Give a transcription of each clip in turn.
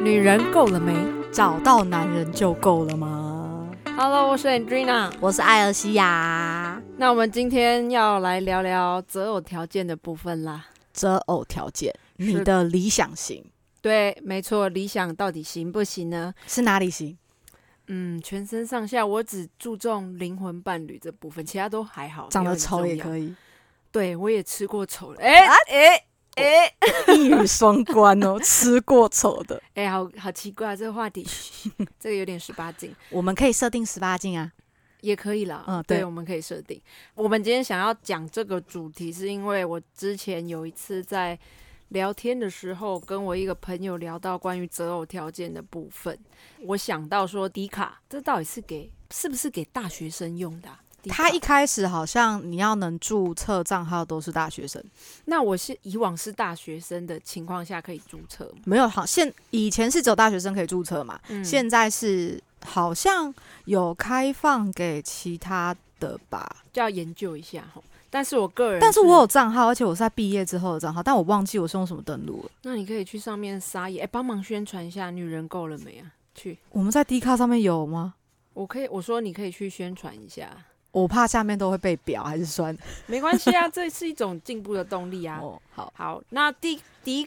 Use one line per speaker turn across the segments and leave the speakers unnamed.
女人够了没
找到男人就够了吗？
？Hello，我是 Andrina。
我是艾尔西亚。
那我们今天要来聊聊择偶条件的部分啦。
择偶条件，
是
你的理想型
对，没错，理想到底行不行呢？
是哪里型？
嗯，全身上下我只注重灵魂伴侣这部分，其他都还好。
长
没有
得
很
丑
重
也
要。
可以，啊
对，我也吃过丑的。哎哎哎
一语双关 哦。吃过丑的，
哎，好好奇怪这个 话题，这个有点十八禁。
我们可以设定十八禁啊。
也可以啦，
嗯
对，
对
我们可以设定。我们今天想要讲这个主题，是因为我之前有一次在聊天的时候，跟我一个朋友聊到关于择偶条件的部分，我想到说，迪卡这到底是给是不是给大学生用的啊、迪卡
他一开始好像你要能注册账号都是大学生，
那我是以往是大学生的情况下可以注册吗？
没有好现以前是只有大学生可以注册嘛，
嗯
现在是好像有开放给其他的吧。
就要研究一下哈。但是我个人，
但是我有，账号，而且我是在毕业之后的账号，但我忘记我是用什么登录了。
那你可以去上面撒野，哎，帮忙宣传一下，女人够了没啊？去，
我们在 D 卡上面有吗？
我可以，我说你可以去宣传一下。
我怕下面都会被表还是酸。
没关系啊，这是一种进步的动力啊。
哦，好，
好，那迪迪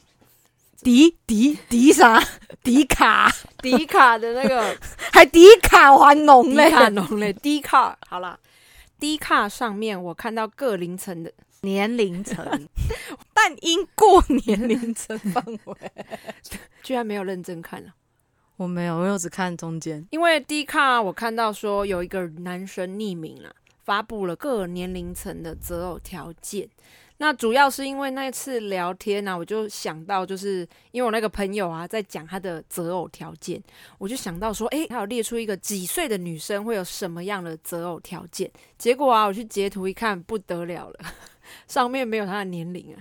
迪迪迪 啥？迪卡
迪卡的那个
还迪卡还浓
迪
嘞？
卡侬嘞，迪卡好啦，迪卡上面我看到各龄层的，
年龄层， 但因过年龄层 范围，
居然没有认真看了、啊
我没有，我有只看中间。
因为迪卡我看到说有一个男生匿名啊，发布了各年龄层的择偶条件。那主要是因为那次聊天啊，我就想到，就是因为我那个朋友啊，在讲他的择偶条件，我就想到说，诶，他有列出一个几岁的女生会有什么样的择偶条件。结果啊，我去截图一看，不得了了， 上面没有他的年龄啊。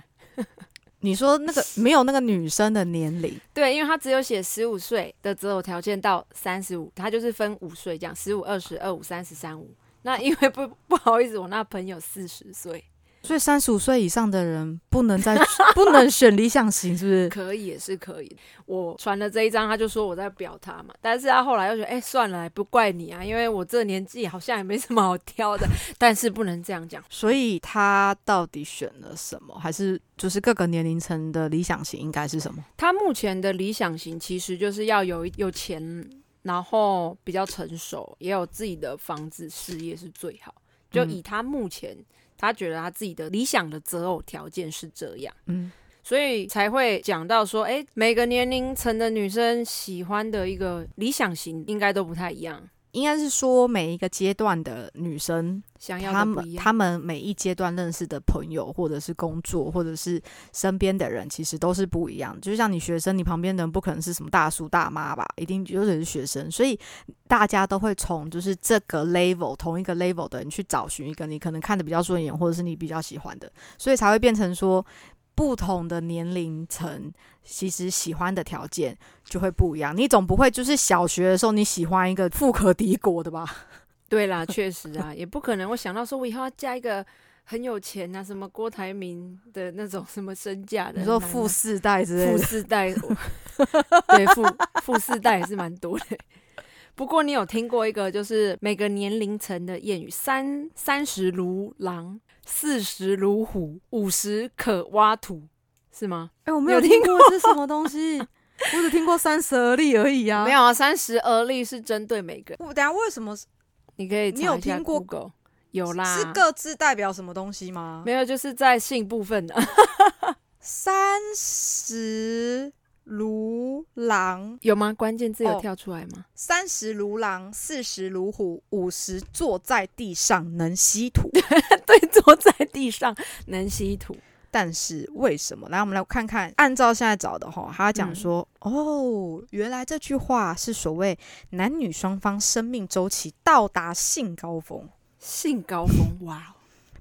你说那个没有那个女生的年龄，
对，因为他只有写十五岁的择偶条件到三十五，他就是分五岁这样，十五、二十二五、三十、三五。那因为不 不好意思，我那朋友四十岁，
所以三十五岁以上的人不能再 不能选理想型，是不是？
可以也是可以。我传了这一张，他就说我在表他嘛，但是他后来又觉得，哎、算了，不怪你啊，因为我这年纪好像也没什么好挑的， 但是不能这样讲。
所以他到底选了什么？还是就是各个年龄层的理想型应该是什么？
他目前的理想型其实就是要有一有钱，然后比较成熟，也有自己的房子、事业是最好。就
嗯
以他目前，他觉得他自己的理想的择偶条件是这样，
嗯，
所以才会讲到说，诶，每个年龄层的女生喜欢的一个理想型应该都不太一样，
应该是说每一个阶段的女生，
想要
她
的不
们
一样。
她们每一阶段认识的朋友，或者是工作，或者是身边的人，其实都是不一样。就像你学生，你旁边的人不可能是什么大叔大妈吧，一定有点是学生，所以大家都会从就是这个 level 同一个 level 的人去找寻一个你可能看的比较顺眼，或者是你比较喜欢的，所以才会变成说。不同的年龄层，其实喜欢的条件就会不一样。你总不会就是小学的时候你喜欢一个富可敌国的吧？
对啦，确实啊，也不可能。我想到说，我以后要嫁一个很有钱啊，什么郭台铭的那种什么身价的，
你说
男
富
的
四代之类的
富，四代，我对富富四代也是蛮多的。不过你有听过一个，就是每个年龄层的谚语：三三十如狼，四十如虎，五十可挖土，是吗？
哎、我没
有
有
听
听过这是什么东西， 我只听过三十而立而已啊。
没，有啊，三十而立是针对每个，
我等下为什么是
你可以
你有
查一下
听过
Google 有啦，
是各自代表什么东西吗？
没有，就是在性部分的
三十如狼，
有吗？关键字有
哦
跳出来吗？
三十如狼，四十如虎，五十坐在地上能吸 土。
对，坐在地上能吸土，
但是为什么？来，我们来看看，按照现在找的哈，他讲
嗯
说，哦，原来这句话是所谓男女双方生命周期到达性高峰。
性高峰，哇哦！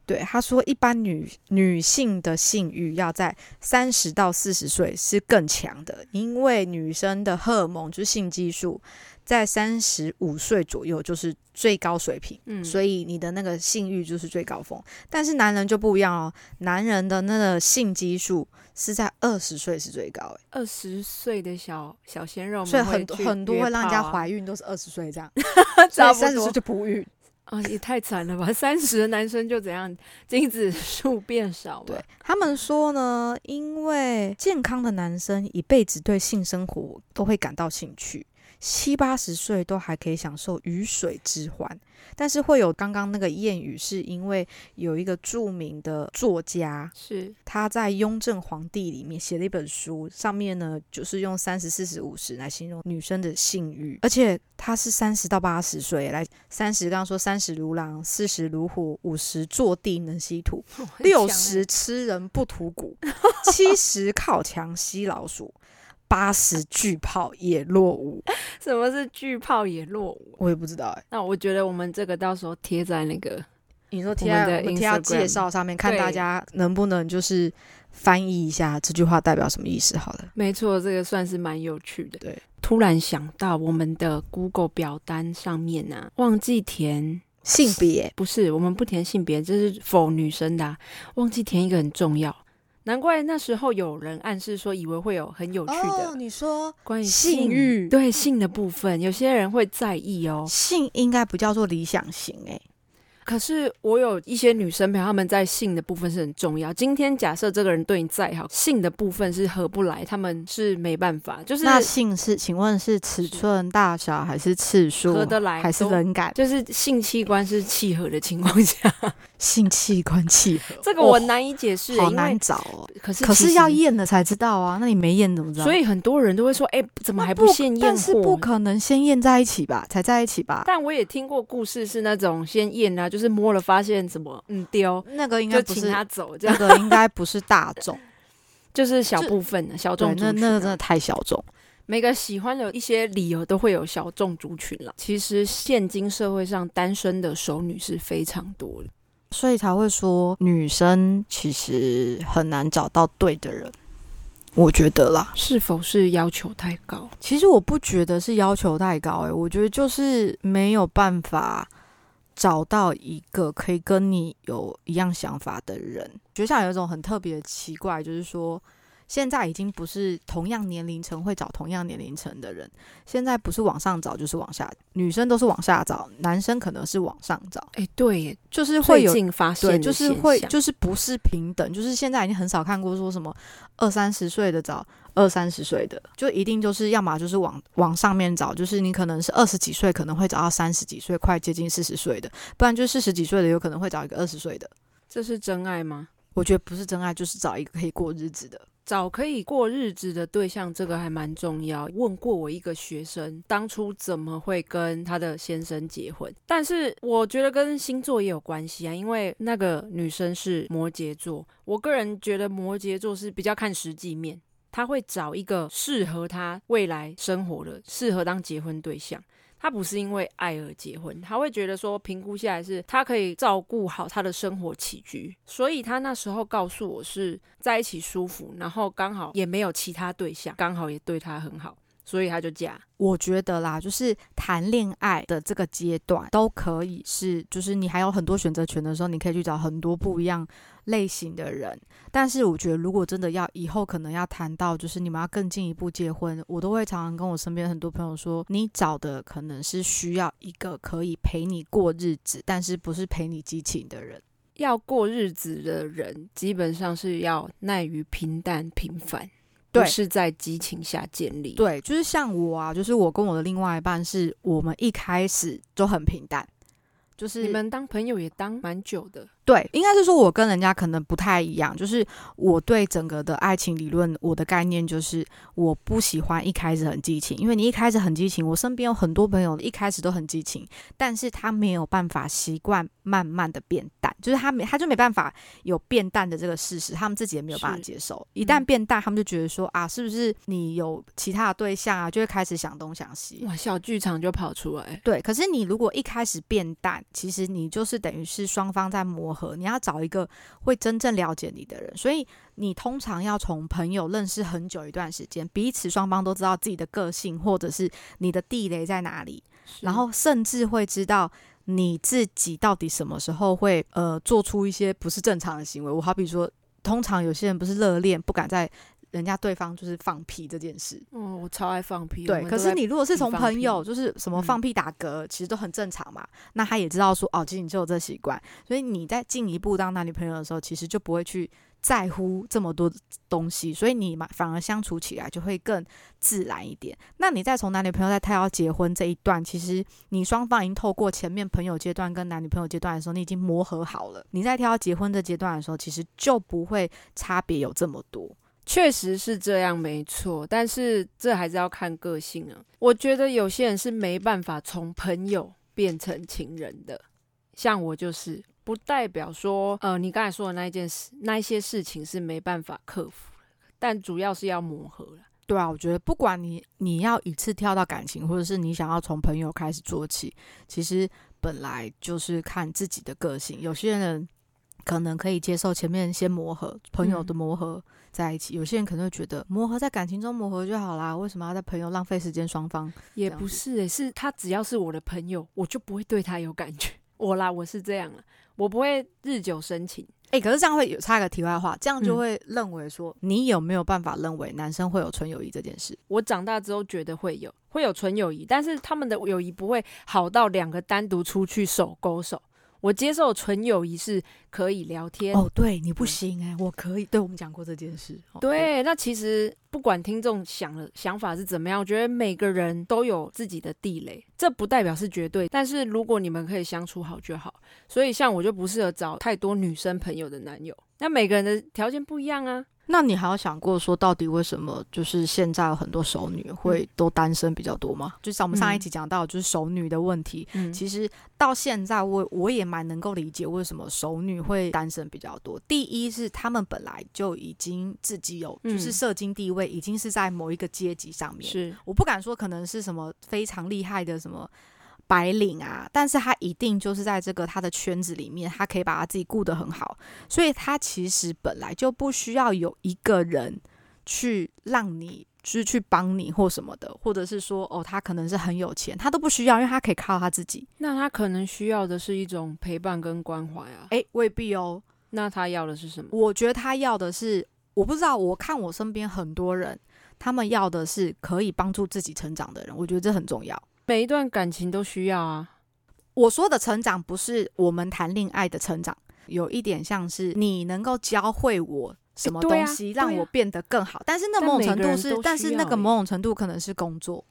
对，他说一般女女性的性欲要在三十到四十岁是更强的，因为女生的荷尔蒙就是性激素，在三十五岁左右就是最高水平，
嗯
所以你的那个性欲就是最高峰。但是男人就不一样哦，男人的那个性激素是在二十岁是最高的，
二十岁的小小鲜肉们
所
会
以
去
很
约炮啊，啊
多很多会让人家 怀孕都是二十岁这样，所
差
以
不
三十岁
多
就不孕。
啊，也太惨了吧！三十的男生就怎样，精子数变少嘛。
对，他们说呢，因为健康的男生一辈子对性生活都会感到兴趣，七八十岁都还可以享受鱼水之欢，但是会有刚刚那个谚语，是因为有一个著名的作家，
是
他在《雍正皇帝》里面写了一本书，上面呢就是用三十四十五十来形容女生的性欲，而且他是三十到八十岁来，三十刚刚说三十如狼，四十如虎，五十坐地能吸土。六
欸
十吃人不吐骨， 七十靠墙吸老鼠，八十巨炮也落伍。
什么是巨炮也落伍？
我也不知道哎、
那我觉得我们这个到时候贴在那个
你说
贴
贴
在
在我们贴到
Instagram
介绍上面，看
对
大家能不能就是翻译一下这句话代表什么意思？好了，
没错，这个算是蛮有趣的。
对，
突然想到我们的 Google 表单上面啊，忘记填，
性别
不是我们不填性别，这是否女生的、啊，忘记填一个很重要。难怪那时候有人暗示说，以为会有很有趣的、
哦，你说
关于
性
性
欲
对性的部分，有些人会在意哦。
性应该不叫做理想型哎、
可是我有一些女生朋友，她们在性的部分是很重要。今天假设这个人对你再好，性的部分是合不来，她们是没办法，就是
那性是请问是尺
是
寸大小还是次数
合得来
还是
都
冷感？
就是性器官是契合的情 况下，
性器官契合，
这个我
哦
难以解释，欸
好
因
难
为
找哦。
可是
可
其
是
实
要验了才知道啊，那你没验怎么知道？
所以很多人都会说，哎、怎么
那
还
不
现验
但是
货
不可能先验在一起吧，才在一起吧？
但我也听过故事是那种先验啊，就是摸了发现怎么嗯丢，
那个应
就
该不
请
是
他走，这
那
样
个应该不是大众，
就是小
这
部分的小
对
众，族
那
群
那个
啊
真的太小众。
每个喜欢的一些理由都会有小众族群了。其实现今社会上单身的熟女是非常多的，
所以才会说女生其实很难找到对的人，我觉得啦。
是否是要求太高？
其实我不觉得是要求太高、欸，我觉得就是没有办法找到一个可以跟你有一样想法的人。学校有一种很特别的奇怪，就是说现在已经不是同样年龄层会找同样年龄层的人，现在不是往上找就是往下，女生都是往下找，男生可能是往上找，
哎、对耶，
就是会
最
有
近发现
对，
的
就是
现
会，
象
就是不是平等，就是现在已经很少看过说什么二三十岁的找二三十岁的，就一定就是要么就是往往上面找，就是你可能是二十几岁，可能会找到三十几岁，快接近四十岁的，不然就是四十几岁的有可能会找一个二十岁的。
这是真爱吗？
我觉得不是真爱，就是找一个可以过日子的。
找可以过日子的对象，这个还蛮重要。问过我一个学生，当初怎么会跟他的先生结婚？但是我觉得跟星座也有关系啊，因为那个女生是摩羯座，我个人觉得摩羯座是比较看实际面，他会找一个适合他未来生活的、适合当结婚对象。他不是因为爱而结婚，他会觉得说评估下来是他可以照顾好他的生活起居，所以他那时候告诉我是在一起舒服，然后刚好也没有其他对象，刚好也对他很好，所以他就嫁。
我觉得啦，就是谈恋爱的这个阶段都可以是，就是你还有很多选择权的时候，你可以去找很多不一样类型的人。但是我觉得，如果真的要以后可能要谈到，就是你们要更进一步结婚，我都会常常跟我身边很多朋友说，你找的可能是需要一个可以陪你过日子，但是不是陪你激情的人。
要过日子的人，基本上是要耐于平淡平凡，
对
不是在激情下建立。，
对，就是像我啊，就是我跟我的另外一半是我们一开始就很平淡，就是
你们当朋友也当蛮久的，
对，应该是说我跟人家可能不太一样，就是我对整个的爱情理论，我的概念就是我不喜欢一开始很激情，因为你一开始很激情，我身边有很多朋友一开始都很激情，但是他没有办法习惯慢慢的变淡。就是他没他就没办法有变淡的这个事实，他们自己也没有办法
是
接受。一旦
嗯
变淡，他们就觉得说啊，是不是你有其他的对象啊，就会开始想东想西。
哇，小剧场就跑出来，
对，可是你如果一开始变淡，其实你就是等于是双方在磨合，你要找一个会真正了解你的人，所以你通常要从朋友认识很久一段时间，彼此双方都知道自己的个性或者是你的地雷在哪里，然后甚至会知道。你自己到底什么时候会呃做出一些不是正常的行为？我好比说，通常有些人不是热恋，不敢在人家对方就是放屁这件事，
哦，我超爱放屁，我
对，
们
可
都
是
在
你如果是
地
从
放
朋
屁
友，就是什么
嗯
放屁打嗝，其实都很正常嘛。那他也知道说，哦，其实你就有这习惯，所以你在进一步当男女朋友的时候，其实就不会去在乎这么多东西，所以你嘛反而相处起来就会更自然一点。那你再从男女朋友再跳到结婚这一段，其实你双方已经透过前面朋友阶段跟男女朋友阶段的时候，你已经磨合好了。你再跳到结婚这阶段的时候，其实就不会差别有这么多。
确实是这样，没错，但是这还是要看个性啊。我觉得有些人是没办法从朋友变成情人的，像我就是，不代表说，呃，你刚才说的那一件事，那一些事情是没办法克服的，但主要是要磨合了。
对啊，我觉得不管你你要一次跳到感情，或者是你想要从朋友开始做起，其实本来就是看自己的个性。有些人可能可以接受前面先磨合，朋友的
嗯
磨合在一起；有些人可能会觉得磨合在感情中磨合就好啦，为什么要在朋友浪费时间？双方
也
这样
不是、欸，是他只要是我的朋友，我就不会对他有感觉。 我啦，我是这样啦，我不会日久生情。
哎、可是这样会有插个题外话，这样就
嗯
会认为说，你有没有办法认为男生会有纯友谊这件事？
我长大之后觉得会有，会有纯友谊，但是他们的友谊不会好到两个单独出去手勾手。我接受纯友谊是可以聊天，
哦，对你不
嗯
行哎、我可以，对我们讲过这件事。哦，
对。那其实不管听众想的想法是怎么样，我觉得每个人都有自己的地雷，这不代表是绝对，但是如果你们可以相处好就好。所以像我就不适合找太多女生朋友的男友，那每个人的条件不一样啊。
那你还有想过说，到底为什么就是现在有很多熟女会都单身比较多吗？就像我们上一集讲到，就是熟女的问题。
嗯，
其实到现在我，我也蛮能够理解为什么熟女会单身比较多。第一是他们本来就已经自己有，
嗯
就是社经地位已经是在某一个阶级上面。
是
我不敢说可能是什么非常厉害的什么白领啊，但是他一定就是在这个他的圈子里面，他可以把他自己顾得很好，所以他其实本来就不需要有一个人去让你。就是去帮你或什么的，或者是说哦，他可能是很有钱，他都不需要，因为他可以靠他自己。
那他可能需要的是一种陪伴跟关怀啊。
诶，未必哦。
那他要的是什么？
我觉得他要的是，我不知道，我看我身边很多人，他们要的是可以帮助自己成长的人，我觉得这很重要。
每一段感情都需要啊。
我说的成长不是我们谈恋爱的成长，有一点像是你能够教会我什么
诶对啊
东西，
对啊
让我变得更好。但是那
但
某种程
每个
度
人
是，
都
但是那
需
个
要欸
某种程度可能是工作，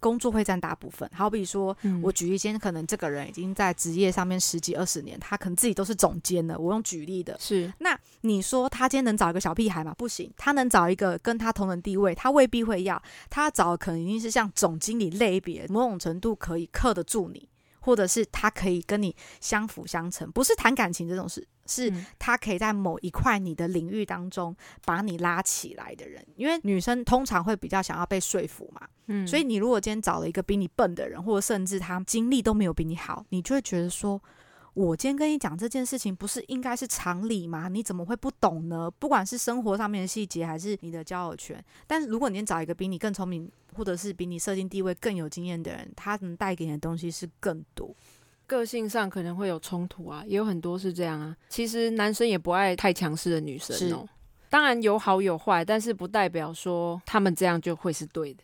工作会占大部分。好比说，
嗯
我举一些，可能这个人已经在职业上面十几二十年，他可能自己都是总监了。我用举例的，
是
那你说他今天能找一个小屁孩吗？不行，他能找一个跟他同等地位，他未必会要。他找可能一定是像总经理类别，某种程度可以克得住你，或者是他可以跟你相辅相成，不是谈感情这种事，是
嗯
他可以在某一块你的领域当中把你拉起来的人。因为女生通常会比较想要被说服嘛，
嗯
所以你如果今天找了一个比你笨的人，或者甚至他经历都没有比你好，你就会觉得说。我今天跟你讲这件事情，不是应该是常理吗？你怎么会不懂呢？不管是生活上面的细节，还是你的交友圈，但如果你今天找一个比你更聪明，或者是比你设定地位更有经验的人，他能带给你的东西是更多。
个性上可能会有冲突啊，也有很多是这样啊。其实男生也不爱太强势的女生哦。当然有好有坏，但是不代表说他们这样就会是对的。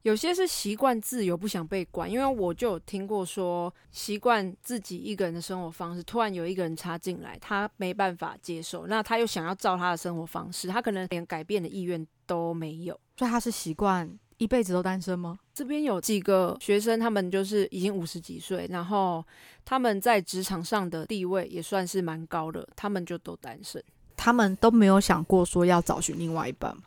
有些是习惯自由，不想被管，因为我就有听过说，习惯自己一个人的生活方式，突然有一个人插进来，他没办法接受，那他又想要照他的生活方式，他可能连改变的意愿都没有。
所以他是习惯一辈子都单身吗？
这边有几个学生，他们就是已经五十几岁，然后他们在职场上的地位也算是蛮高的，他们就都单身。
他们都没有想过说要找寻另外一半吗？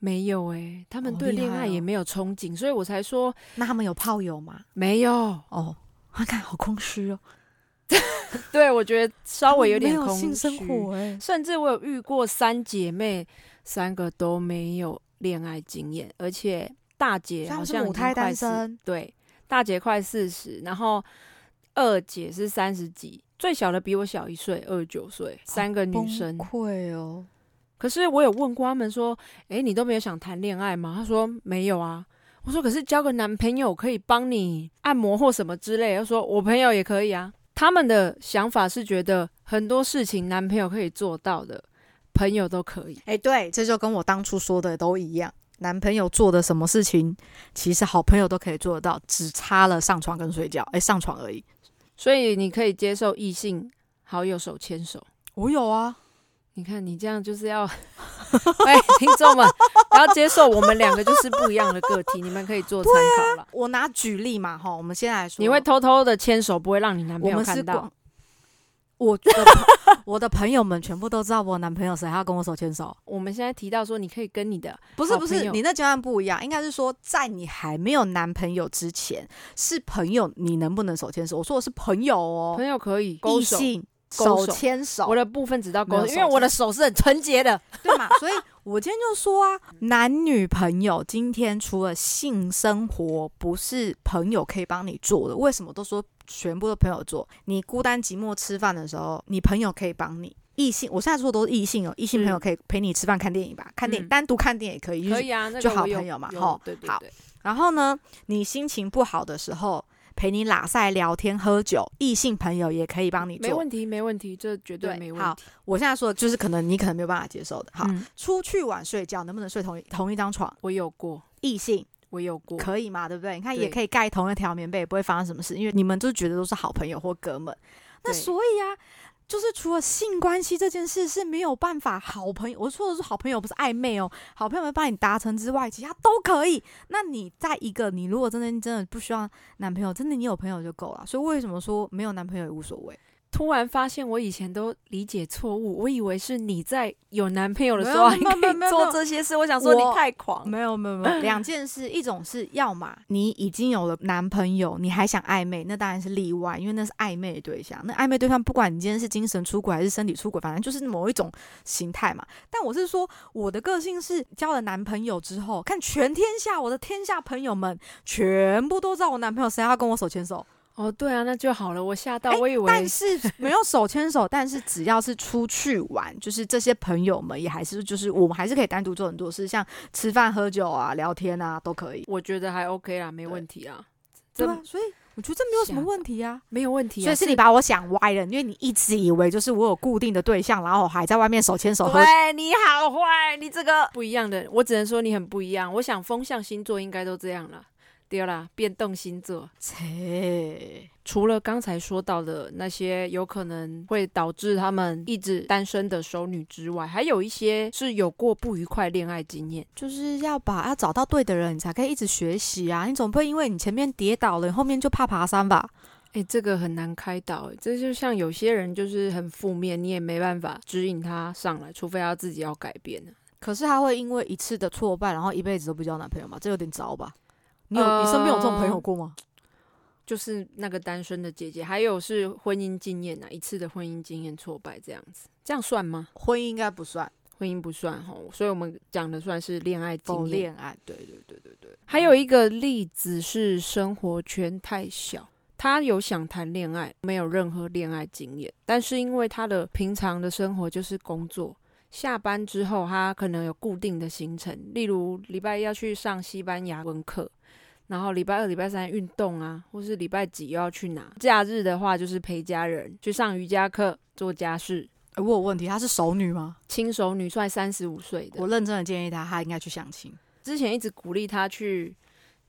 没有诶、他们
好
对
厉
恋
害哦
爱也没有憧憬，所以我才说
那他们有炮友吗？
没有。
哦，他看好空虚哦。
对我觉得稍微有
没
点
有
空虚。
性生活哎、
甚至我有遇过三姐妹，三个都没有恋爱经验，而且大姐
她
好
们是
像已
母
经
胎
快
单
四
身，
对，大姐快四十，然后二姐是三十几，最小的比我小一岁，二十九岁，三个女
崩
生。
溃哦。
可是我有问过他们说，诶，你都没有想谈恋爱吗？她说没有啊。我说可是交个男朋友可以帮你按摩或什么之类的，她说我朋友也可以啊。他们的想法是觉得很多事情男朋友可以做到的，朋友都可以。
哎、对，这就跟我当初说的都一样。男朋友做的什么事情，其实好朋友都可以做得到，只差了上床跟睡觉，哎、上床而已。
所以你可以接受异性好友手牵手。
我有啊，
你看，你这样就是要，哎，听众们，不要接受我们两个就是不一样的个体，你们可以做参考了。
我拿举例嘛，哈，我们先啊来说，
你会偷偷的牵手，不会让你男朋
我
友
们是
看到
光。我的朋 我的朋友们全部都知道我男朋友，谁还要跟我手牵手？
我们现在提到说，你可以跟你的
不是
好
不
朋
是，
友
你那阶段不一样，应该是说，在你还没有男朋友之前，是朋友，你能不能手牵手？我说的是朋友哦，
朋友可以勾
异
手，
性
勾
手
手
牵手，
我的部分只到勾
没有
手，
手
因为我的手是很纯洁的。
对嘛？所以我今天就说啊，男女朋友今天除了性生活不是朋友可以帮你做的，为什么都说全部都朋友做？你孤单寂寞吃饭的时候，你朋友可以帮你。异性，我现在说的都是异性哦，异性朋友可以陪你吃饭、看电影吧，看电影、
嗯
单独看电影也可以，就是
可以啊，那个
就好
我有
朋友嘛
有
吼
对对
好
对，
然后呢，你心情不好的时候，陪你拉塞聊天、喝酒，异性朋友也可以帮你
没
做。
问题，没问题，这绝对
对
没
好
问题。
我现在说的就是可能你可能没有办法接受的。好，
嗯
出去晚睡觉能不能睡同一同一张床？
我有过，
异性
我有过，
可以嘛？对不对？你看
对
也可以盖同一条棉被，不会发生什么事，因为你们就觉得都是好朋友或哥们。那
对
所以啊，就是除了性关系这件事是没有办法，好朋友我说的是好朋友，不是暧昧哦，好朋友们帮你达成之外，其他都可以。那你在一个你如果真的真的不需要男朋友，真的你有朋友就够了。所以为什么说没有男朋友也无所谓？
突然发现我以前都理解错误，我以为是你在有男朋友的
没
时候
有
还
没有没
可
有
以
没有没
做
有
这些事，我想说你
我
太狂了。
没有没有没有， 两件事，一种是要嘛你已经有了男朋友，你还想暧昧，那当然是例外，因为那是暧昧对象。那暧昧对象不管你今天是精神出轨还是身体出轨，反正就是某一种形态嘛。但我是说，我的个性是交了男朋友之后，看全天下我的天下朋友们全部都知道我男朋友谁要跟我手牵手，
哦，对啊，那就好了，我吓到，
哎
我以为
但是没有手牵手，但是只要是出去玩，就是这些朋友们也还是就是我们还是可以单独做很多事，像吃饭、喝酒啊、聊天啊都可以。
我觉得还 OK 啦，没问题啊，
对
这
吧？所以我觉得这没有什么
吓
问题啊。
没有问题啊。
所以是你把我想歪了，因为你一直以为就是我有固定的对象，然后我还在外面手牵手喝。
对，你好坏，你这个不一样的，我只能说你很不一样。我想风象星座应该都这样啦。对啦，变动星座，
切，
除了刚才说到的那些有可能会导致他们一直单身的熟女之外，还有一些是有过不愉快恋爱经验。
就是要把要找到对的人，你才可以一直学习啊！你总不会因为你前面跌倒了，你后面就怕爬山吧？
哎、这个很难开导、欸，这就像有些人就是很负面，你也没办法指引他上来，除非他自己要改变、啊、
可是他会因为一次的挫败，然后一辈子都不交男朋友吗？这有点糟吧？你有、你身边有这种朋友过吗？
就是那个单身的姐姐，还有是婚姻经验啊，一次的婚姻经验挫败这样子，这样算吗？
婚姻应该不算，
婚姻不算吼，所以我们讲的算是恋爱
否
经验。
哦恋爱。对对对对对。
还有一个例子是生活圈太小，他有想谈恋爱，没有任何恋爱经验，但是因为他的平常的生活就是工作，下班之后他可能有固定的行程，例如礼拜一要去上西班牙文课。然后礼拜二、礼拜三运动啊，或是礼拜几又要去哪？假日的话就是陪家人去上瑜伽课、做家事。
哎我有问题，她是熟女吗？
轻熟女帅三十五岁的，
我认真的建议她，她应该去相亲。
之前一直鼓励他去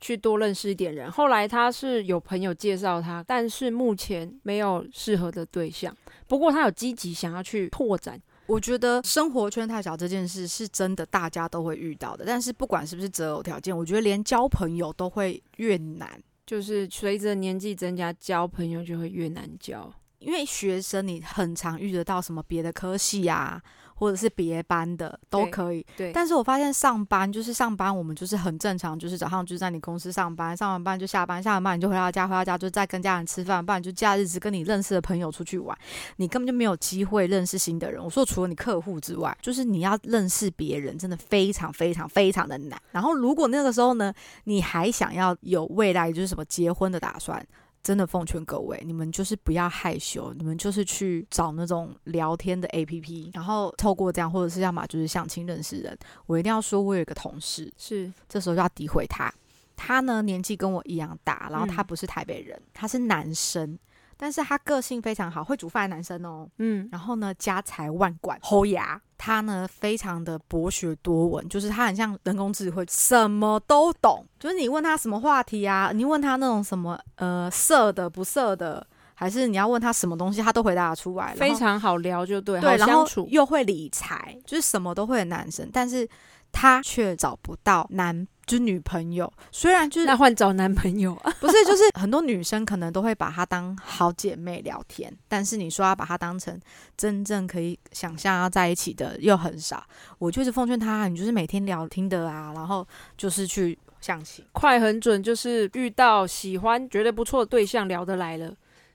去多认识一点人，后来他是有朋友介绍他，但是目前没有适合的对象。不过他有积极想要去拓展，
我觉得生活圈太小这件事是真的，大家都会遇到的。但是不管是不是择偶条件，我觉得连交朋友都会越难，
就是随着年纪增加，交朋友就会越难交。
因为学生你很常遇得到什么别的科系啊，或者是别班的都
对
可以。
对，
但是我发现上班就是上班，我们就是很正常，就是早上就在你公司上班，上完班就下班，下完班你就回到家，回到家就再跟家人吃饭，不然就假日只跟你认识的朋友出去玩，你根本就没有机会认识新的人。我说除了你客户之外，就是你要认识别人，真的非常非常非常的难。然后如果那个时候呢，你还想要有未来就是什么结婚的打算。真的奉劝各位，你们就是不要害羞，你们就是去找那种聊天的 APP，然后透过这样，或者是要么就是相亲认识人，我一定要说，我有一个同事，
是
这时候就要诋毁他。他呢年纪跟我一样大，然后他
嗯
不是台北人，他是男生，但是他个性非常好，会煮饭的男生哦。
嗯
然后呢，家财万贯，侯牙。他呢，非常的博学多闻，就是他很像人工智慧，什么都懂。就是你问他什么话题啊，你问他那种什么呃色的不色的，还是你要问他什么东西，他都回答得出来。然后
非常好聊就对，
对，
好
然后
相处
又会理财，就是什么都会的男生，但是他却找不到男就是女朋友。虽然就是
那换找男朋友 啊，
不是就是很多女生可能都会把他当好姐妹聊天，但是你说要把他当成真正可以想象要在一起的又很少。我就是奉劝他，你就是每天聊听的啊，然后就是去相亲。
快很准，就是遇到喜欢觉得不错的对象聊得来了，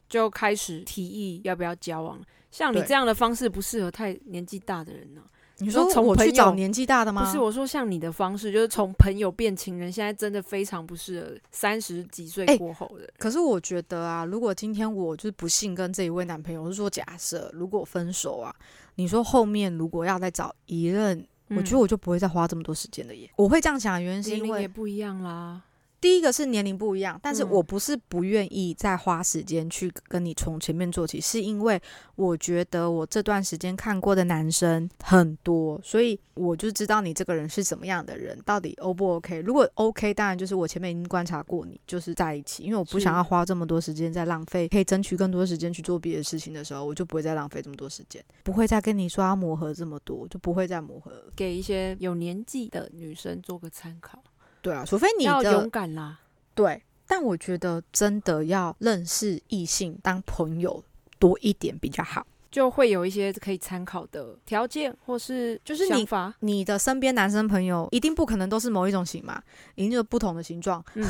就开始提议要不要交往。像你
对
这样的方式不适合太年纪大的人呢、
你
说从
我去
朋
找
友
年纪大的吗？
不是我说，像你的方式就是从朋友变情人，现在真的非常不适合三十几岁
哎
过后的人。
可是我觉得啊，如果今天我就是不幸跟这一位男朋友，我是说假设如果分手啊，你说后面如果要再找一任，我觉得
我
我就不会再花这么多时间了耶。我会这样想的原因是
嗯年
因
龄也
为
不一样啦，
第一个是年龄不一样，但是
嗯
我不是不愿意再花时间去跟你从前面做起，是因为我觉得我这段时间看过的男生很多，所以我就知道你这个人是怎么样的人，到底 O 不 OK？如果 OK，当然就是我前面已经观察过你，就是在一起，因为我不
是
想要花这么多时间在浪费，可以争取更多时间去做别的事情的时候，我就不会再浪费这么多时间，不会再跟你说要磨合这么多，就不会再磨合了。
给一些有年纪的女生做个参考，
对啊，除非你
要
的
勇敢啦。
对，但我觉得真的要认识异性当朋友多一点比较好。
就会有一些可以参考的条件，或是
就是你
想法，
你的身边男生朋友一定不可能都是某一种型嘛，一定有不同的形状，
嗯，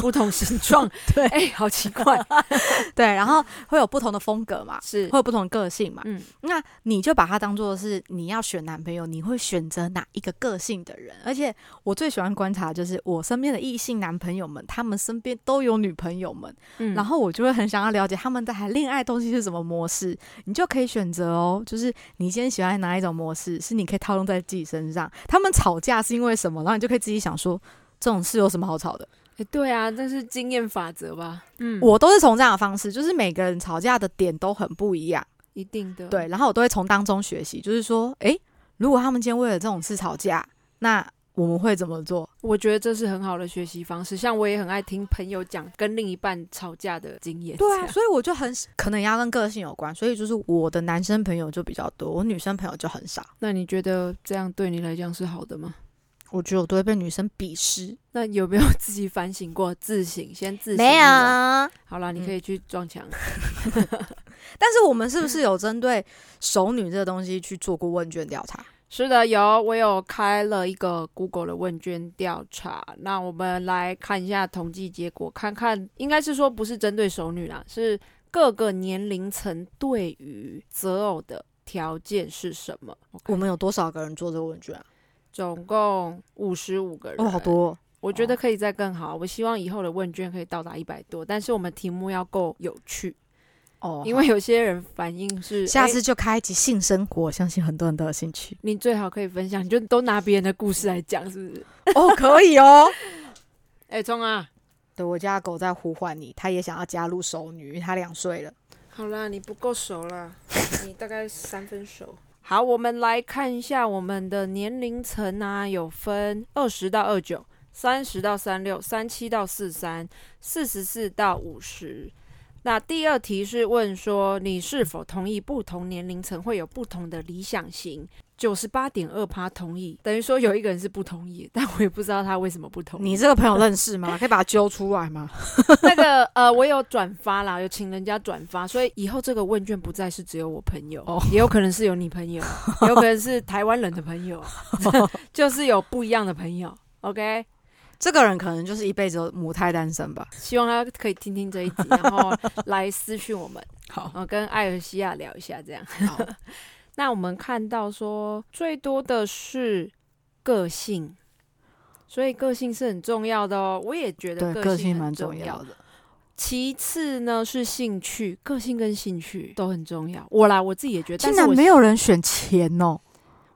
不同形状，
对
哎、好奇 怪，
对，然后会有不同的风格嘛，
是
会，有不同的个性嘛。
嗯，
那你就把它当做是你要选男朋友，你会选择哪一个个性的人？而且我最喜欢观察就是我身边的异性男朋友们，他们身边都有女朋友们，
嗯
然后我就会很想要了解他们在谈恋爱东西是什么模式，你就可以选择哦。就是你今天喜欢哪一种模式，是你可以套用在自己身上。他们吵架是因为什么，然后你就可以自己想说，这种事有什么好吵的？
哎对啊，这是经验法则吧？嗯，
我都是从这样的方式，就是每个人吵架的点都很不一样，
一定的，
对。然后我都会从当中学习，就是说，诶，如果他们今天为了这种事吵架，那我们会怎么做？
我觉得这是很好的学习方式。像我也很爱听朋友讲跟另一半吵架的经验，
对
这
啊，
样
所以我就很可能也要跟个性有关，所以就是我的男生朋友就比较多，我女生朋友就很少。
那你觉得这样对你来讲是好的吗？
我觉得我都会被女生鄙视。
那有 没有自己反省过？自省，先自省。
没有，啊，
好啦，你可以去撞墙。
但是我们是不是有针对熟女这个东西去做过问卷调 查？
是的，有我有开了一个 Google 的问卷调查，那我们来看一下统计结果，看看应该是说不是针对熟女啦，是各个年龄层对于择偶的条件是什么？
我们有多少个人做这个问卷啊？
总共五十五个人，
哦，好多、哦。
我觉得可以再更好，我希望以后的问卷可以到达一百多，但是我们题目要够有趣，
哦
因为有些人反应是，
好下
诶。
次就开一集性生活，相信很多人都有兴趣
你最好可以分享，你就都拿别人的故事来讲，是不是？
哦，可以哦。
哎、聪啊，
对我家的狗在呼唤你，它也想要加入熟女，因为它两岁了。
好啦，你不够熟啦， 你大概三分熟。好，我们来看一下我们的年龄层啊，有分二十到二九、三十到三六、三七到四三、四十四到五十。那第二题是问说，你是否同意不同年龄层会有不同的理想型？九十八点二趴同意，等于说有一个人是不同意，但我也不知道他为什么不同 意。
你这个朋友认识吗？可以把他揪出来吗？
那个呃，我有转发啦，有请人家转发，所以以后这个问卷不再是只有我朋友，
哦
也有可能是有你朋 友，也有可能是台湾人的朋友，就是有不一样的朋友。OK，
这个人可能就是一辈子都母胎单身吧。
希望他可以听听这一集，然 后来私讯我们，
好，
然后跟艾尔西亚聊一下这样。
好，
那我们看到说最多的是个性，所以个性是很重要的哦。我也觉得
对，
个
个性
很
蛮
重
重要的。
其次呢是兴趣，个性跟兴趣都很重要。我啦，我自己也觉得，但
竟
是
然
我
没有人选钱哦，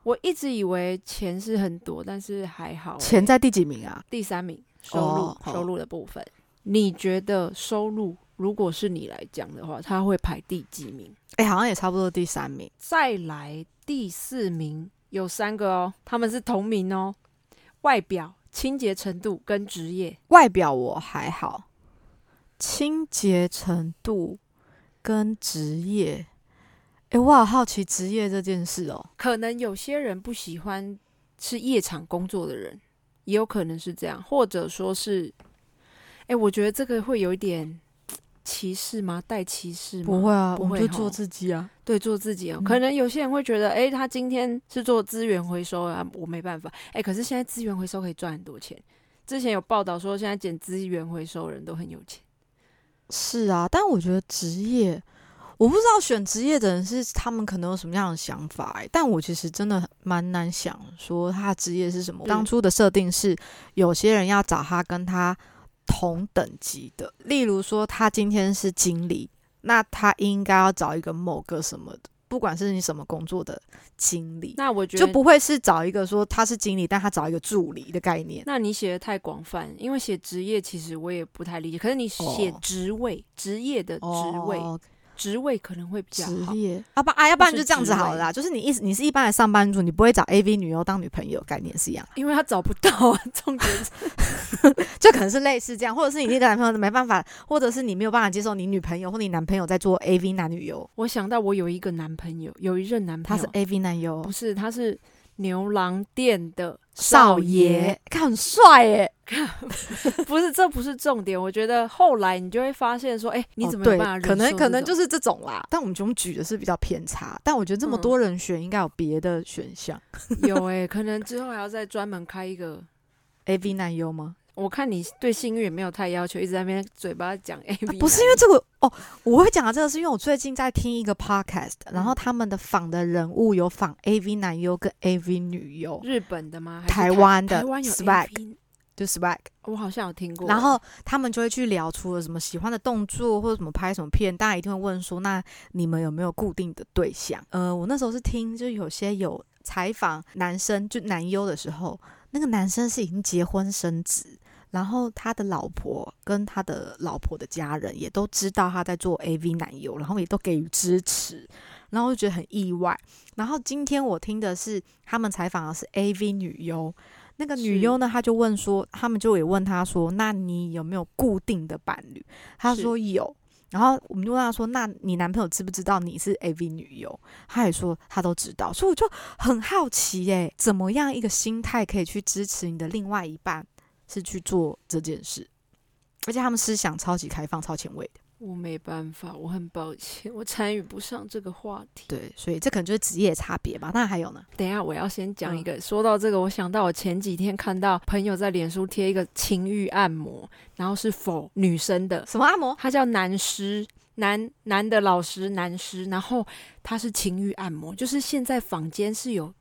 我一直以为钱是很多，但是还好欸、
钱在第几名啊？
第三名，收入、
哦好
收入的部分，你觉得收入如果是你来讲的话，它会排第几名？
哎、好像也差不多第三名。
再来第四名有三个哦，他们是同名哦，外表、清洁程度跟职业。
外表我还好，清洁程度跟职业，哎、我好好奇职业这件事哦。
可能有些人不喜欢是夜场工作的人，也有可能是这样，或者说是，哎、我觉得这个会有一点嘖歧视吗？带歧视吗？
不会啊，
不
我们
会哦
就
吼
做自己啊。
对，做自己哦。
嗯
可能有些人会觉得，哎、他今天是做资源回收啊，我没办法。哎、可是现在资源回收可以赚很多钱。之前有报道说，现在捡资源回收的人都很有钱。
是啊，但我觉得职业，我不知道选职业的人是他们可能有什么样的想法、欸，但我其实真的蛮难想说他的职业是什么。
嗯
当初的设定是有些人要找他跟他同等级的，例如说他今天是经理，那他应该要找一个某个什么的，不管是你什么工作的经理，
那我觉
就
得
不会是找一个说他是经理，但他找一个助理的概念。
那你写的太广泛，因为写职业其实我也不太理解。可是你写
哦
职位，职、业的职位，
哦
职、位可能会比较
职
好。
业，要不啊，要不然
是
就这样子
职
好
位
了啦。就是你一你是一般的上班族，你不会找 AV 女优当女朋友，概念是一样，
因为他找不到啊， 重点是
就可能是类似这样，或者是你那个男朋友没办法，或者是你没有办法接受你女朋友或你男朋友在做 AV 男女优，
我想到我有一个男朋友，有一任男
他
朋友，
是 AV 男优
不是他是牛郎店的
少
爷
爷，，哦看很帅耶，
不是这不是重点。我觉得后来你就会发现说，哎、你
哦
怎么有
对
办法忍受
可能可能
这种
就是这种啦。但我们总举的是比较偏差，但我觉得这么
嗯
多人选，应该有别的选项。
有哎、可能之后还要再专门开一个。
AV 男优吗？
我看你对性欲也没有太要求，一直在那边嘴巴讲 A V，、
啊不是因为这个哦，我会讲到这个是因为我最近在听一个 podcast，然后他们的访的人物有访 AV 男优跟 AV 女优，
日本的吗？还是
台湾的
台湾有
swag
AV
就 swag，
我好像有听过。
然后他们就会去聊除了什么喜欢的动作或者什么拍什么片，大家一定会问说，那你们有没有固定的对象？呃，我那时候是听，就有些有采访男生就男优的时候，那个男生是已经结婚生子。然后他的老婆跟他的老婆的家人也都知道他在做 AV 男优，然后也都给予支持，然后我就觉得很意外。然后今天我听的是他们采访的是 AV 女优，那个
是
女优呢，她就问说，他们就也问她说，那你有没有固定的伴侣？她
是
说有。然后我们就问她说，那你男朋友知不知道你是 AV 女优？她也说她都知道，所以我就很好奇耶、怎么样一个心态可以去支持你的另外一半是去做这件事？而且他们思想超级开放、超前卫的，
我没办法，我很抱歉，我参与不上这个话题。
对，所以这可能就是职业差别吧。那还有呢？
等一下我要先讲
嗯
一个，说到这个，我想到我前几天看到朋友在脸书贴一个情欲按摩，然后是否女生的，
什么按摩？
他叫男师。男男的老师，男师，然后他是情欲按摩，就是现在坊间是有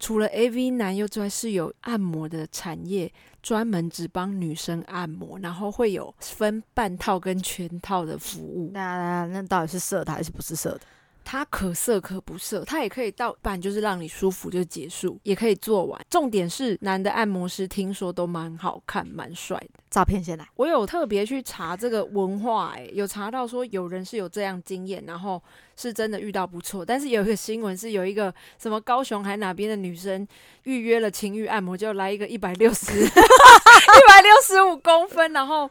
除了 AV 男优之外，是有按摩的产业，专门只帮女生按摩，然后会有分半套跟全套的服务。
那那到底是色的还是不是色的？
它可色可不色，它也可以到半，就是让你舒服就结束，也可以做完。重点是男的按摩师听说都蛮好看，蛮帅的。
照片先来。
我有特别去查这个文化、欸，有查到说有人是有这样经验，然后是真的遇到不错。但是有一个新闻是有一个什么高雄还哪边的女生预约了情欲按摩，就来一个一百六十、 一百六十五公分，然后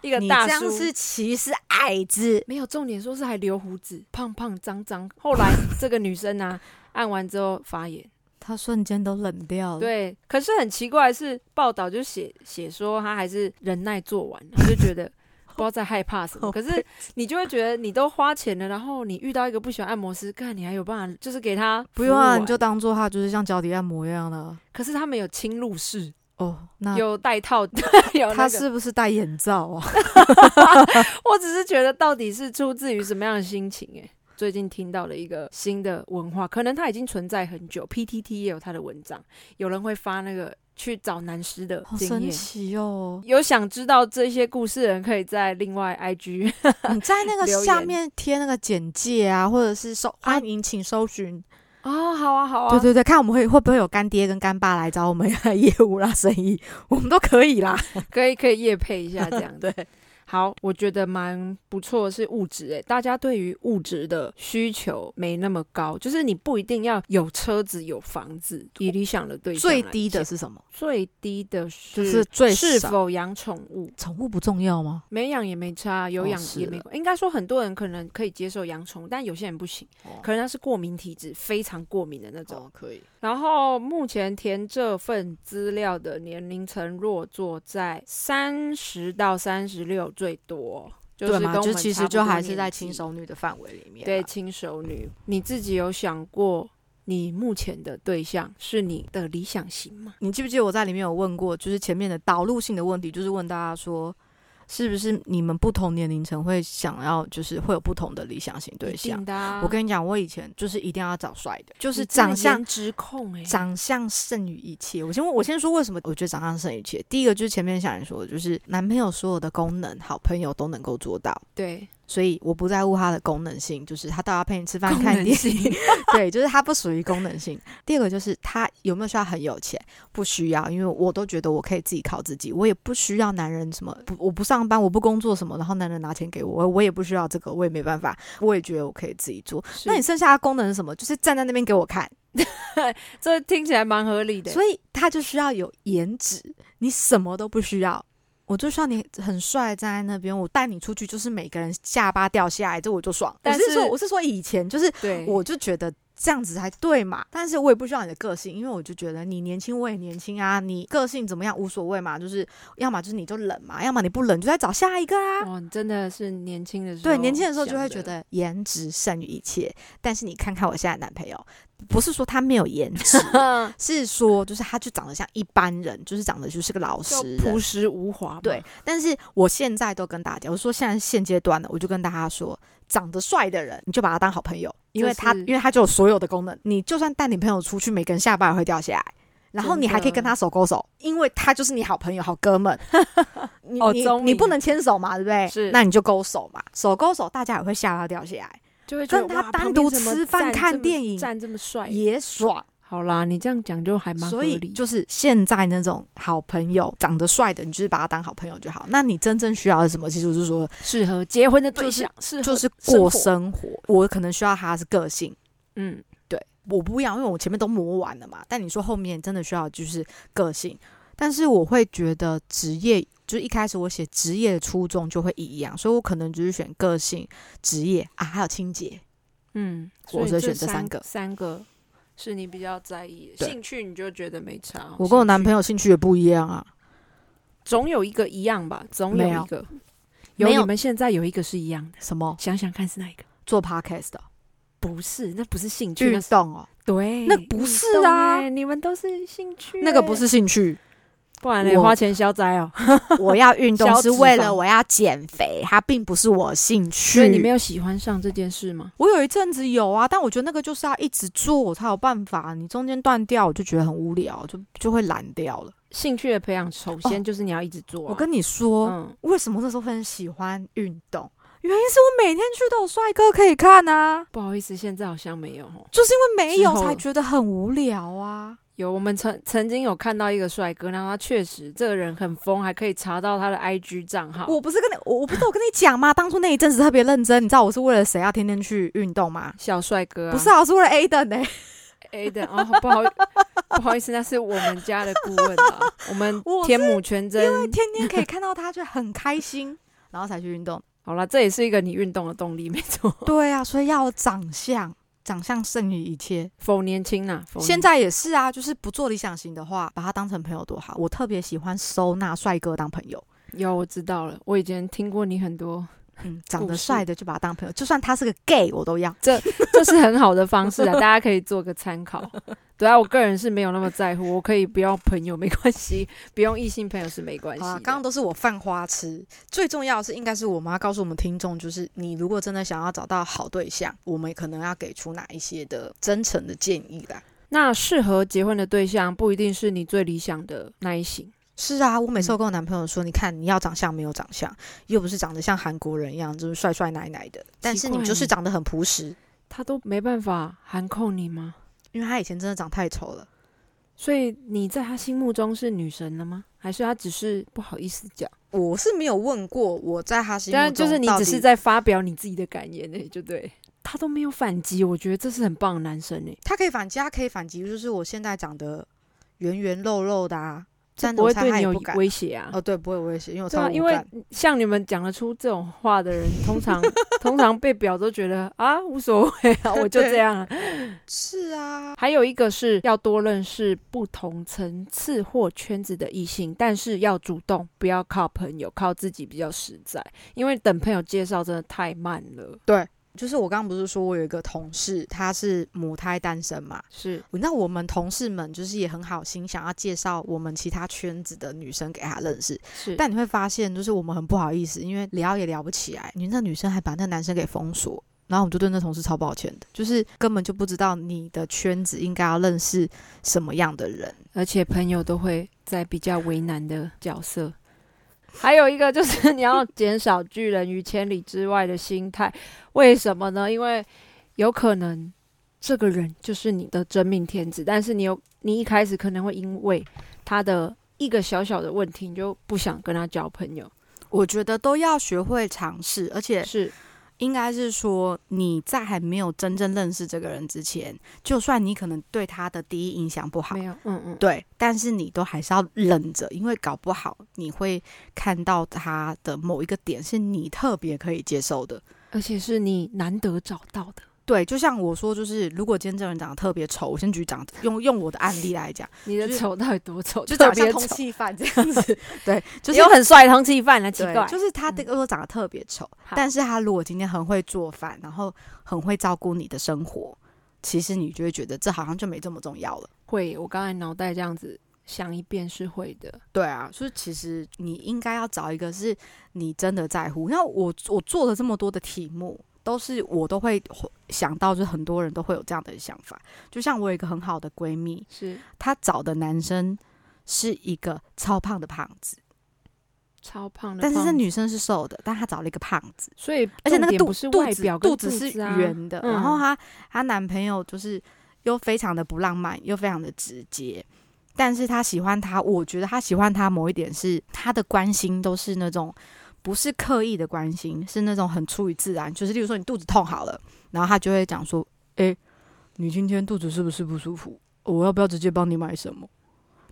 一个
你
大
这
叔
样是歧视矮子。
没有，重点说 是啊还留胡子，胖胖脏脏。后来这个女生呢、按完之后发炎，
他瞬间都冷掉了。，
对，可是很奇怪的是，报道就写写说他还是忍耐做完，我就 觉得不知道在害怕什么。可是你就会觉得你都花钱了，然后你遇到一个不喜欢按摩师，干你还有办法就是给他
不用啊，
服务
你就
完。
当做他就是像脚底按摩一样的。啊
可是他们有侵入式，
哦，那
有戴套， 哦有、那个、
他是不是戴眼罩啊？
我只是觉得到底是出自于什么样的心情、欸？最近听到了一个新的文化，可能它已经存在很久。PTT 也有它的文章，有人会发那个去找男师的
好
经
神
验。
奇哦！
有想知道这些故事的人，可以在另外 IG
你在那个
留言
下面贴那个简介啊，或者是搜欢迎请搜寻。
哦，好啊，好啊，
对对对，看我们会会不会有干爹跟干爸来找我们业务啦、生意，我们都可以啦。
可以可以夜配一下这 样子。
对，
好，我觉得蛮不错，是物质诶、大家对于物质的需求没那么高，就是你不一定要有车子有房子，以理想的对象
最
来
低的
讲
是什么？
最低的是
就是最
是
少
否养宠物，
宠物不重要吗？
没养也没差，有
哦
养
是
也没
的
关。应该说很多人可能可以接受养宠物，但有些人不行，可能他是过敏体质，非常过敏的那种。，
可以。
然后目前填这份资料的年龄层落座在三十到三十六最多，就是
对
跟
嘛，
我
就
们
其
差
实
不
就
多
还是
年
在
纪
轻熟女的范围里面啦。
对轻熟女。你自己有想过你目前的对象是你的理想型吗？
你记不记得我在里面有问过，就是前面的导入性的问题，就是问大家说，是不是你们不同年龄层会想要，就是会有不同的理想型对
一
象
定？的啊、
我跟你讲，我以前就是一定要找帅的，就
就是
长相。
之控哎、
长相胜于一切。
嗯
我先问，我先说为什么我觉得长相胜于一切。第一个就是前面想你说的，就是男朋友所有的功能，好朋友都能够做到，
对，
所以我不在乎他的功能性，就是他到底要陪你吃饭、
功
看
能
电影， 对，就是他不属于功能性。第二个就是他有没有需要很有钱，不需要，因为我都觉得我可以自己靠自己，我也不需要男人什么，不，我不上班，我不工作什么，然后男人拿钱给我，我也不需要这个，我也没办法，我也觉得我可以自己做。那你剩下的功能是什么？就是站在那边给我看，
这听起来蛮合理的欸。
所以他就需要有颜值，你什么都不需要。我就需要你很帅站在那边，我带你出去，就是每个人下巴掉下来，这我就爽。
但
我是说，
是
我是说以前就是
对，
我就觉得这样子才对嘛。但是我也不需要你的个性，因为我就觉得你年轻，我也年轻啊，你个性怎么样无所谓嘛，就是要么就是你就冷嘛，要么你不冷就再找下一个啊。
哇，你真的是年轻的时候想，
对，年轻的时候就会觉 得 颜值胜于一切，但是你看看我现在男朋友，不是说他没有颜值， 是说就是他就长得像一般人，就是长得就是个老
就
实人
朴。实无华嘛。
对，但是我现在都跟大家，我说现在现阶段呢，我就跟大家说，长得帅的人你就把他当好朋友，因为他、
就是
因为他就有所有的功能，你就算带你朋友出去，每个人下巴也会掉下来。然后
真
你还可以跟
的
他手勾手，因为他就是你好朋友、好哥 们。你
哦
你
中
你不
立
能牵手嘛，对不对？
是
那你就勾手嘛，手勾手，大家也会下巴掉下来，
就会觉
跟
得
他
哇
单
旁
独
边怎么
吃饭
站
看
这么
电影
站这么帅。
也爽。
好啦，你这样讲就还蛮合
所
理
以
的。
就是现在那种好朋友，长得帅的，你就是把他当好朋友就好。那你真正需要的是什么？其实就是说，
适合结婚的
就
对
是
象，适合
就是
生
过
活
生活。我可能需要他是个性，
嗯，
我不要，因为我前面都磨完了嘛。但你说后面真的需要就是个性，但是我会觉得职业。就一开始我写职业的初衷就会一样，所以我可能就是选个性、职业啊，还有清洁。
嗯，
我
所
是
以
选这
三
三个
三个是你比较在意的
对
兴趣，你就觉得没差。哦
我跟我男朋
友
友兴趣也不一样啊，
总有一个一样吧，总
没
有
有
一个。有
没有
你们现在有一个是一样的，
什么
想想看是哪一个？
做 podcast 的
不是，那不是兴趣，
运
那是
动哦，
对，
那不
运
是
动
啊
欸你们都是兴趣欸、
那个不是兴 趣，
不然嘞，
我
花钱消灾哦。
我要运动
消
是
脂
为
肪
了我要减肥，它并不是我兴趣。
所以你没有喜欢上这件事吗？
我有一阵子有啊，但我觉得那个就是要一直做我才有办法，你中间断掉，我就觉得很无聊，就就会懒掉了。
兴趣的培养，首先就是你要一直做啊、
我跟你说，
嗯，
为什么那时候很喜欢运动？原因是我每天去都有帅哥可以看啊，
不好意思，现在好像没有哦。
就是因为没有
之后
才觉得很无聊啊。
有，我们曾曾经有看到一个帅哥，然后他确实这个人很疯，还可以查到他的 IG 账号。
我不是跟你，我我不是我跟你讲吗？当初那一阵子特别认真，你知道我是为了谁要天天去运动吗？
小帅哥、啊，
不是啊，我是为了 A 等 呢、
A 的哦，不好不好意 思，那是我们家的顾问啊，我们
我
天母全真。
天天可以看到他就很开心，然后才去运动。
好啦，这也是一个你运动的动力，没错。
对啊，所以要有长相。长相胜于一切。
否年轻呐、否
现
年
在也是啊，就是不做理想型的话，把他当成朋友多好。我特别喜欢收纳帅哥当朋友，
有我知道了，我以前听过你很多，
嗯，长
故
得
事
帅的就把他当朋友，就算他是个 gay 我都要。
这是很好的方式啊，大家可以做个参考。对啊，我个人是没有那么在乎，我可以不要朋友没关系，不用异性朋友是没关系
好
的。
啊，刚刚都是我犯花痴。最重要的是，应该是我妈告诉我们听众，就是你如果真的想要找到好对象，我们可能要给出哪一些的真诚的建议啦。
那适合结婚的对象不一定是你最理想的那一型。
是啊，我每次都跟我男朋友说，你看你要长相没有长相，又不是长得像韩国人一样，就是帅帅奶奶的，但是你就是长得很朴实，
他都没办法函控你吗？
因为他以前真的长太丑了。
所以你在他心目中是女神了吗？还是他只是不好意思讲？
我是没有问过，我在他心目
当然，
中
啊就是你
到
只
底
是在发表你自己的感言呢、就对。他都没有反击，我觉得这是很棒的男生欸呢、
他可以反击，他可以反击，就是我现在长得圆圆肉肉的啊，
这
但
不会
我猜
对
他
你
也
有
不敢。
威胁啊。
哦，对，不会，我也是，因为我
对
超
啊，
无
因为
感
像你们讲得出这种话的人，通常通常被表都觉得啊无所谓啊，我就这样啊。
是啊，
还有一个是要多认识不同层次或圈子的异性，但是要主动，不要靠朋友，靠自己比较实在。因为等朋友介绍真的太慢了。
就是我刚刚不是说我有一个同事，他是母胎单身嘛？
是，
那我们同事们就是也很好心，想要介绍我们其他圈子的女生给他认识，
是，
但你会发现，就是我们很不好意思，因为聊也聊不起来，你那女生还把那男生给封锁。然后我们就对那同事超抱歉的，就是根本就不知道你的圈子应该要认识什么样的人。
而且朋友都会在比较为难的角色。 还有一个就是 你要减少拒人于千里之外的心态，为什么呢？因为有可能这个人就是你的真命天子，但是你有你一开始可能会因为他的一个小小的问题，你就不想跟他交朋友。
我觉得都要学会尝试，而且
是
应该是说，你在还没有真正认识这个人之前，就算你可能对他的第一印象不好
没，有，嗯嗯，
对，但是你都还是要忍着，因为搞不好你会看到他的某一个点是你特别可以接受的。
而且是你难得找到的，
对，就像我说，就是如果今天这个人长得特别丑，我先举长用用我的案例来讲，
你的丑到底多丑？
就
特
长得像
别
通
丑，
气犯这样子， 对，就是
有很帅的通缉犯啊，奇
对，
怪，
就是他这个长得特别丑，
好
但是他如果今天很会做饭，然后很会照顾你的生活，其实你就会觉得这好像就没这么重要了。
会，我刚才脑袋这样子想一遍是会的。
对啊，所以其实你应该要找一个是你真的在乎。那我我做了这么多的题目，都是我都会想到，就是很多人都会有这样的想法。就像我有一个很好的闺蜜，
是
她找的男生是一个超胖的胖子，
超胖的
但
嗯胖子，
是这女生是瘦的，但她找了一个胖子。
所以
而且那个
重点
肚
不是
肚
外
子
表跟
肚子是
啊
圆的，然
嗯
后她她男朋友就是又非常的不浪漫，又非常的直接。但是她喜欢他，我觉得她喜欢他某一点是她的关心都是那种不是刻意的关心，是那种很出于自然。就是例如说你肚子痛好了，然后她就会讲说：“诶、你今天肚子是不是不舒服？我要不要直接帮你买什么？”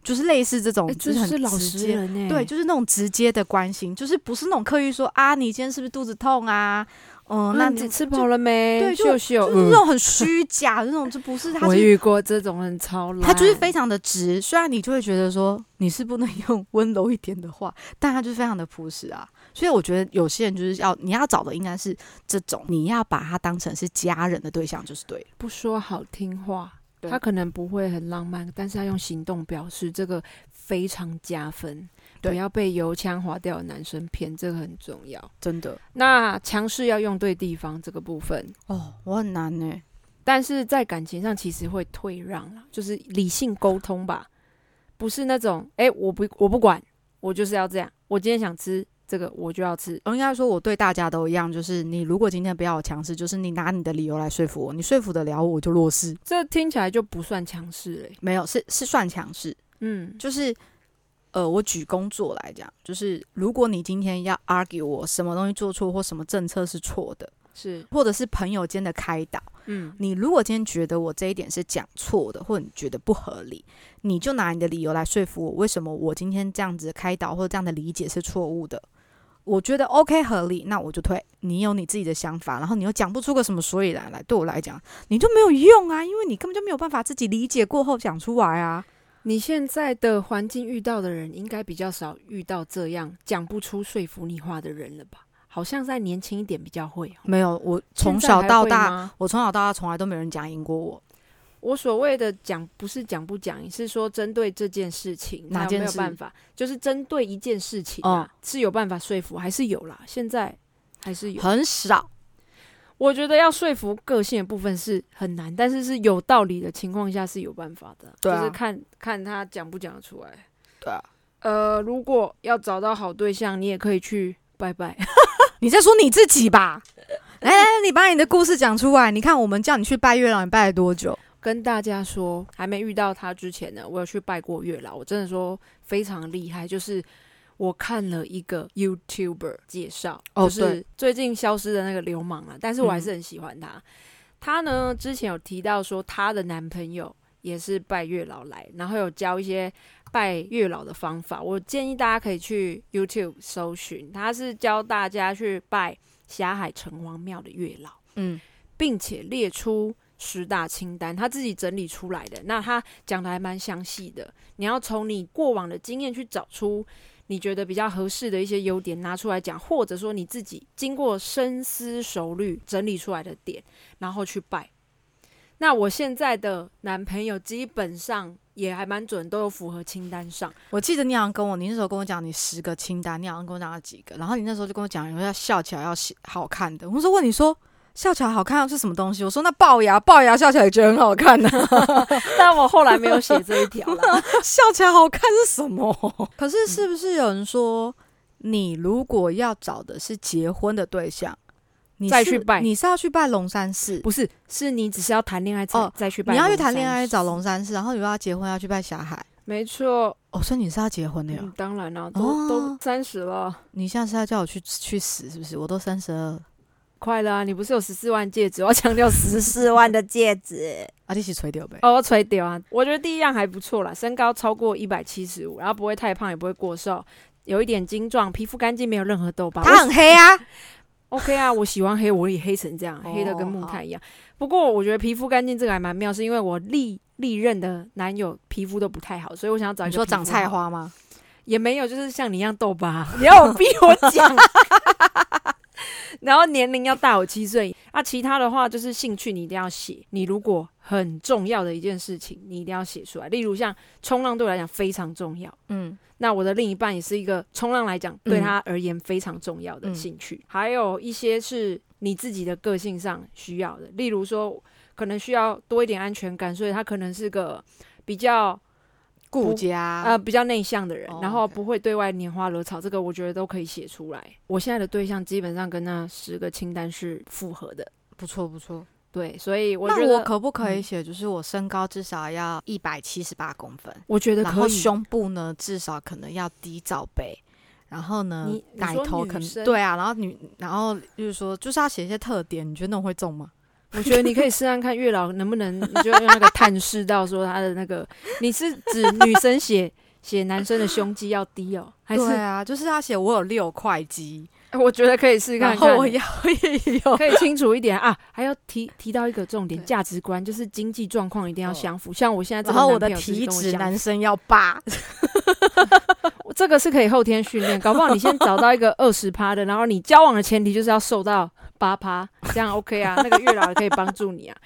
就是类似这种，
哎
就
这
是很
是老
直
实
接
人哎、
对，就是那种直接的关心，就是不是那种刻意说啊，你今天是不是肚子痛啊？嗯，那
那
你
你
就
吃饱了没？
对就
秀秀，
就是
嗯
那种很虚假的那种，就不 是他
我
就是
遇过这种人超烂，
他就是非常的直，虽然你就会觉得说你是不能 用温柔一点的话，但他就是非常的朴实啊。所以我觉得有些人就是要你要找的应该是这种，你要把他当成是家人的对象就是对了。
不说好听话。
对
他可能不会很浪漫，但是他用行动表示，这个非常加分。
对
不要被油腔滑调的男生骗，这个很重要。
真的
那强势要用对地方这个部分，
哦，我很难呢、
但是在感情上其实会退让啦，就是理性沟通吧，不是那种哎、诶我不我不管，我就是要这样，我今天想吃这个我就要吃，
应该说我对大家都一样，就是你如果今天不要我强势，就是你拿你的理由来说服我，你说服得了我，我就弱势。
这听起来就不算强势欸嘞。
没有，是是算强势，
嗯，
就是呃，我举工作来讲，就是如果你今天要 argue 我什么东西做错或什么政策是错的，
是，
或者是朋友间的开导，
嗯，
你如果今天觉得我这一点是讲错的，或者你觉得不合理，你就拿你的理由来说服我，为什么我今天这样子的开导或者这样的理解是错误的。我觉得 OK 合理，那我就退。你有你自己的想法，然后你又讲不出个什么所以然来，对我来讲你就没有用啊，因为你根本就没有办法自己理解过后讲出来啊。
你现在的环境遇到的人，应该比较少遇到这样讲不出说服你话的人了吧？好像在年轻一点比较会哦。
没有，我从
现在
小
还
到
会
大，
吗，
我从小到大从来都没有人讲赢过我。
我所谓的讲不是讲不讲，是说针对这件事情，
哪
那有
件
没有
事
办法？就是针对一件事情
哦
啊，是有办法说服，还是有啦？现在还是有。
很少，
我觉得要说服个性的部分是很难，但是是有道理的情况下是有办法的，
对啊
就是看看他讲不讲得出来。
对啊。
呃，如果要找到好对象，你也可以去拜拜。
你在说你自己吧？来来，来你把你的故事讲出来。你看，我们叫你去拜月老，你拜了多久？
跟大家说，还没遇到他之前呢，我有去拜过月老，我真的说非常厉害，就是。我看了一个 YouTuber 介绍，
哦
就是最近消失的那个流氓啊，但是我还是很喜欢他。他呢之前有提到说，她的男朋友也是拜月老来，然后有教一些拜月老的方法。我建议大家可以去 YouTube 搜寻，他是教大家去拜霞海城隍庙的月老。
嗯，
并且列出十大清单，他自己整理出来的。那他讲的还蛮详细的，你要从你过往的经验去找出你觉得比较合适的一些优点拿出来讲，或者说你自己经过深思熟虑整理出来的点，然后去拜。那我现在的男朋友基本上也还蛮准，都有符合清单上。
我记得你好像跟我，你那时候跟我讲你十个清单，你好像跟我讲了几个，然后你那时候就跟我讲，有要笑起来要喜好看的。我那时候问你说。笑起来好看是什么东西？我说那龅牙，龅牙笑起来也觉得很好看呢、啊
但我后来没有写这一条了。
笑起来好看是什么？ 可是是不是有人说，你如果要找的是结婚的对象，你
再
是
去拜
你是要去拜龙山寺，
不是，是你只是要谈恋爱才、
哦
再去拜
你
龙山
要去
寺。
谈恋爱找龙山寺，然后你要结婚要去拜霞海。
没错，
哦，所以你是要结婚的哟、
嗯、当然啦、都、
哦
都三十了，
你下次要叫我去去死是不是？我都三十二，
快了啊！你不是有十四万戒指？我要强调十 四万的戒指
啊，你一起垂掉呗。
哦，我垂掉啊！我觉得第一样还不错啦，身高超过一百七十五，然后不会太胖，也不会过瘦，有一点精壮，皮肤干净，没有任何痘疤。
他
我
很黑啊，
OK 啊，我喜欢黑，我也黑成这样，
哦
黑的跟木炭一样。不过我觉得皮肤干净这个还蛮妙，是因为我历历任的男友皮肤都不太好，所以我想要找一
你
个
说
皮肤
长菜
好
花吗？
也没有，就是像你一样痘疤， 你要我逼我讲。 然后年龄要大我七岁，啊，其他的话就是兴趣你一定要写。你如果很重要的一件事情，你一定要写出来。例如像冲浪对我来讲非常重要，
嗯，
那我的另一半也是一个冲浪来讲
嗯
对他而言非常重要的
嗯
兴趣，还有一些是你自己的个性上需要的，例如说可能需要多一点安全感，所以他可能是个比较
顾
不
家，
呃，比较内向的人
啊哦，
然后
OK
不会对外拈花惹草，这个我觉得都可以写出来。我现在的对象基本上跟那十个清单是符合的，
不错不错。
对，所以我觉
那我
得
可不可以
嗯
写，就是我身高至少要一百七十八公分，
我觉得
然
可
后
以。
胸部呢至少可能要低罩杯，然后呢
你你
奶
说
头
女
可能
生
对啊，然后女然后就是说就是要写一些特点，你觉得那种会中吗？
我觉得你可以试看看月老能不能，你就用那个探视到说他的那个，你是指女生写写男生的胸肌要低哦，还是
对啊，就是要写我有六块肌，
我觉得可以试看
然
看
后。我要也有
可以清楚一点啊，还要提提到一个重点，
对
价值观就是经济状况一定要
哦
相符。像我现在这
然
个
后我
男
的
朋友是
体
跟我
脂
相
男生要八，
我这个是可以后天训练，搞不好你先找到一个二十趴的，然后你交往的前提就是要瘦到八趴，这样 OK 啊？那个月老也可以帮助你啊。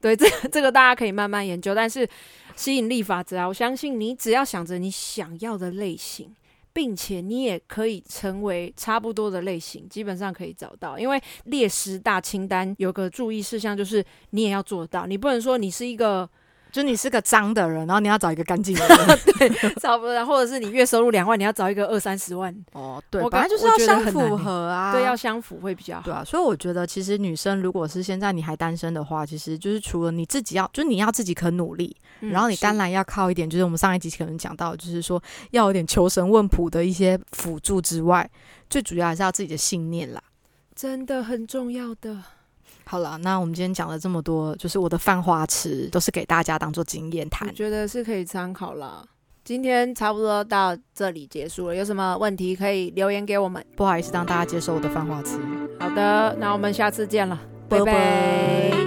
对，这这个大家可以慢慢研究，但是吸引力法则啊，我相信你只要想着你想要的类型。并且你也可以成为差不多的类型，基本上可以找到。因为列十大清单有个注意事项，就是你也要做到，你不能说你是一个
就你是个脏的人，然后你要找一个干净的人。
差不多，或者是你月收入两万，你要找一个二三十万，
哦，对
我
本来
刚
就是
我
要
觉得
相
很难
符
欸
合啊，
对，要相符会比较好。
对啊，所以我觉得其实女生如果是现在你还单身的话，其实就是除了你自己要，就是你要自己肯努力，
嗯
然后你
是
当然要靠一点，就是我们上一集可能讲到，就是说要有点求神问卜的一些辅助之外，最主要还是要自己的信念啦。
真的很重要的。
好了，那我们今天讲了这么多，就是我的犯花痴都是给大家当做经验
我
谈。
觉得是可以参考啦。今天差不多到这里结束了，有什么问题可以留言给我们。
不好意思，让大家接受我的泛化词。
好的，那我们下次见了，
拜
拜
拜
拜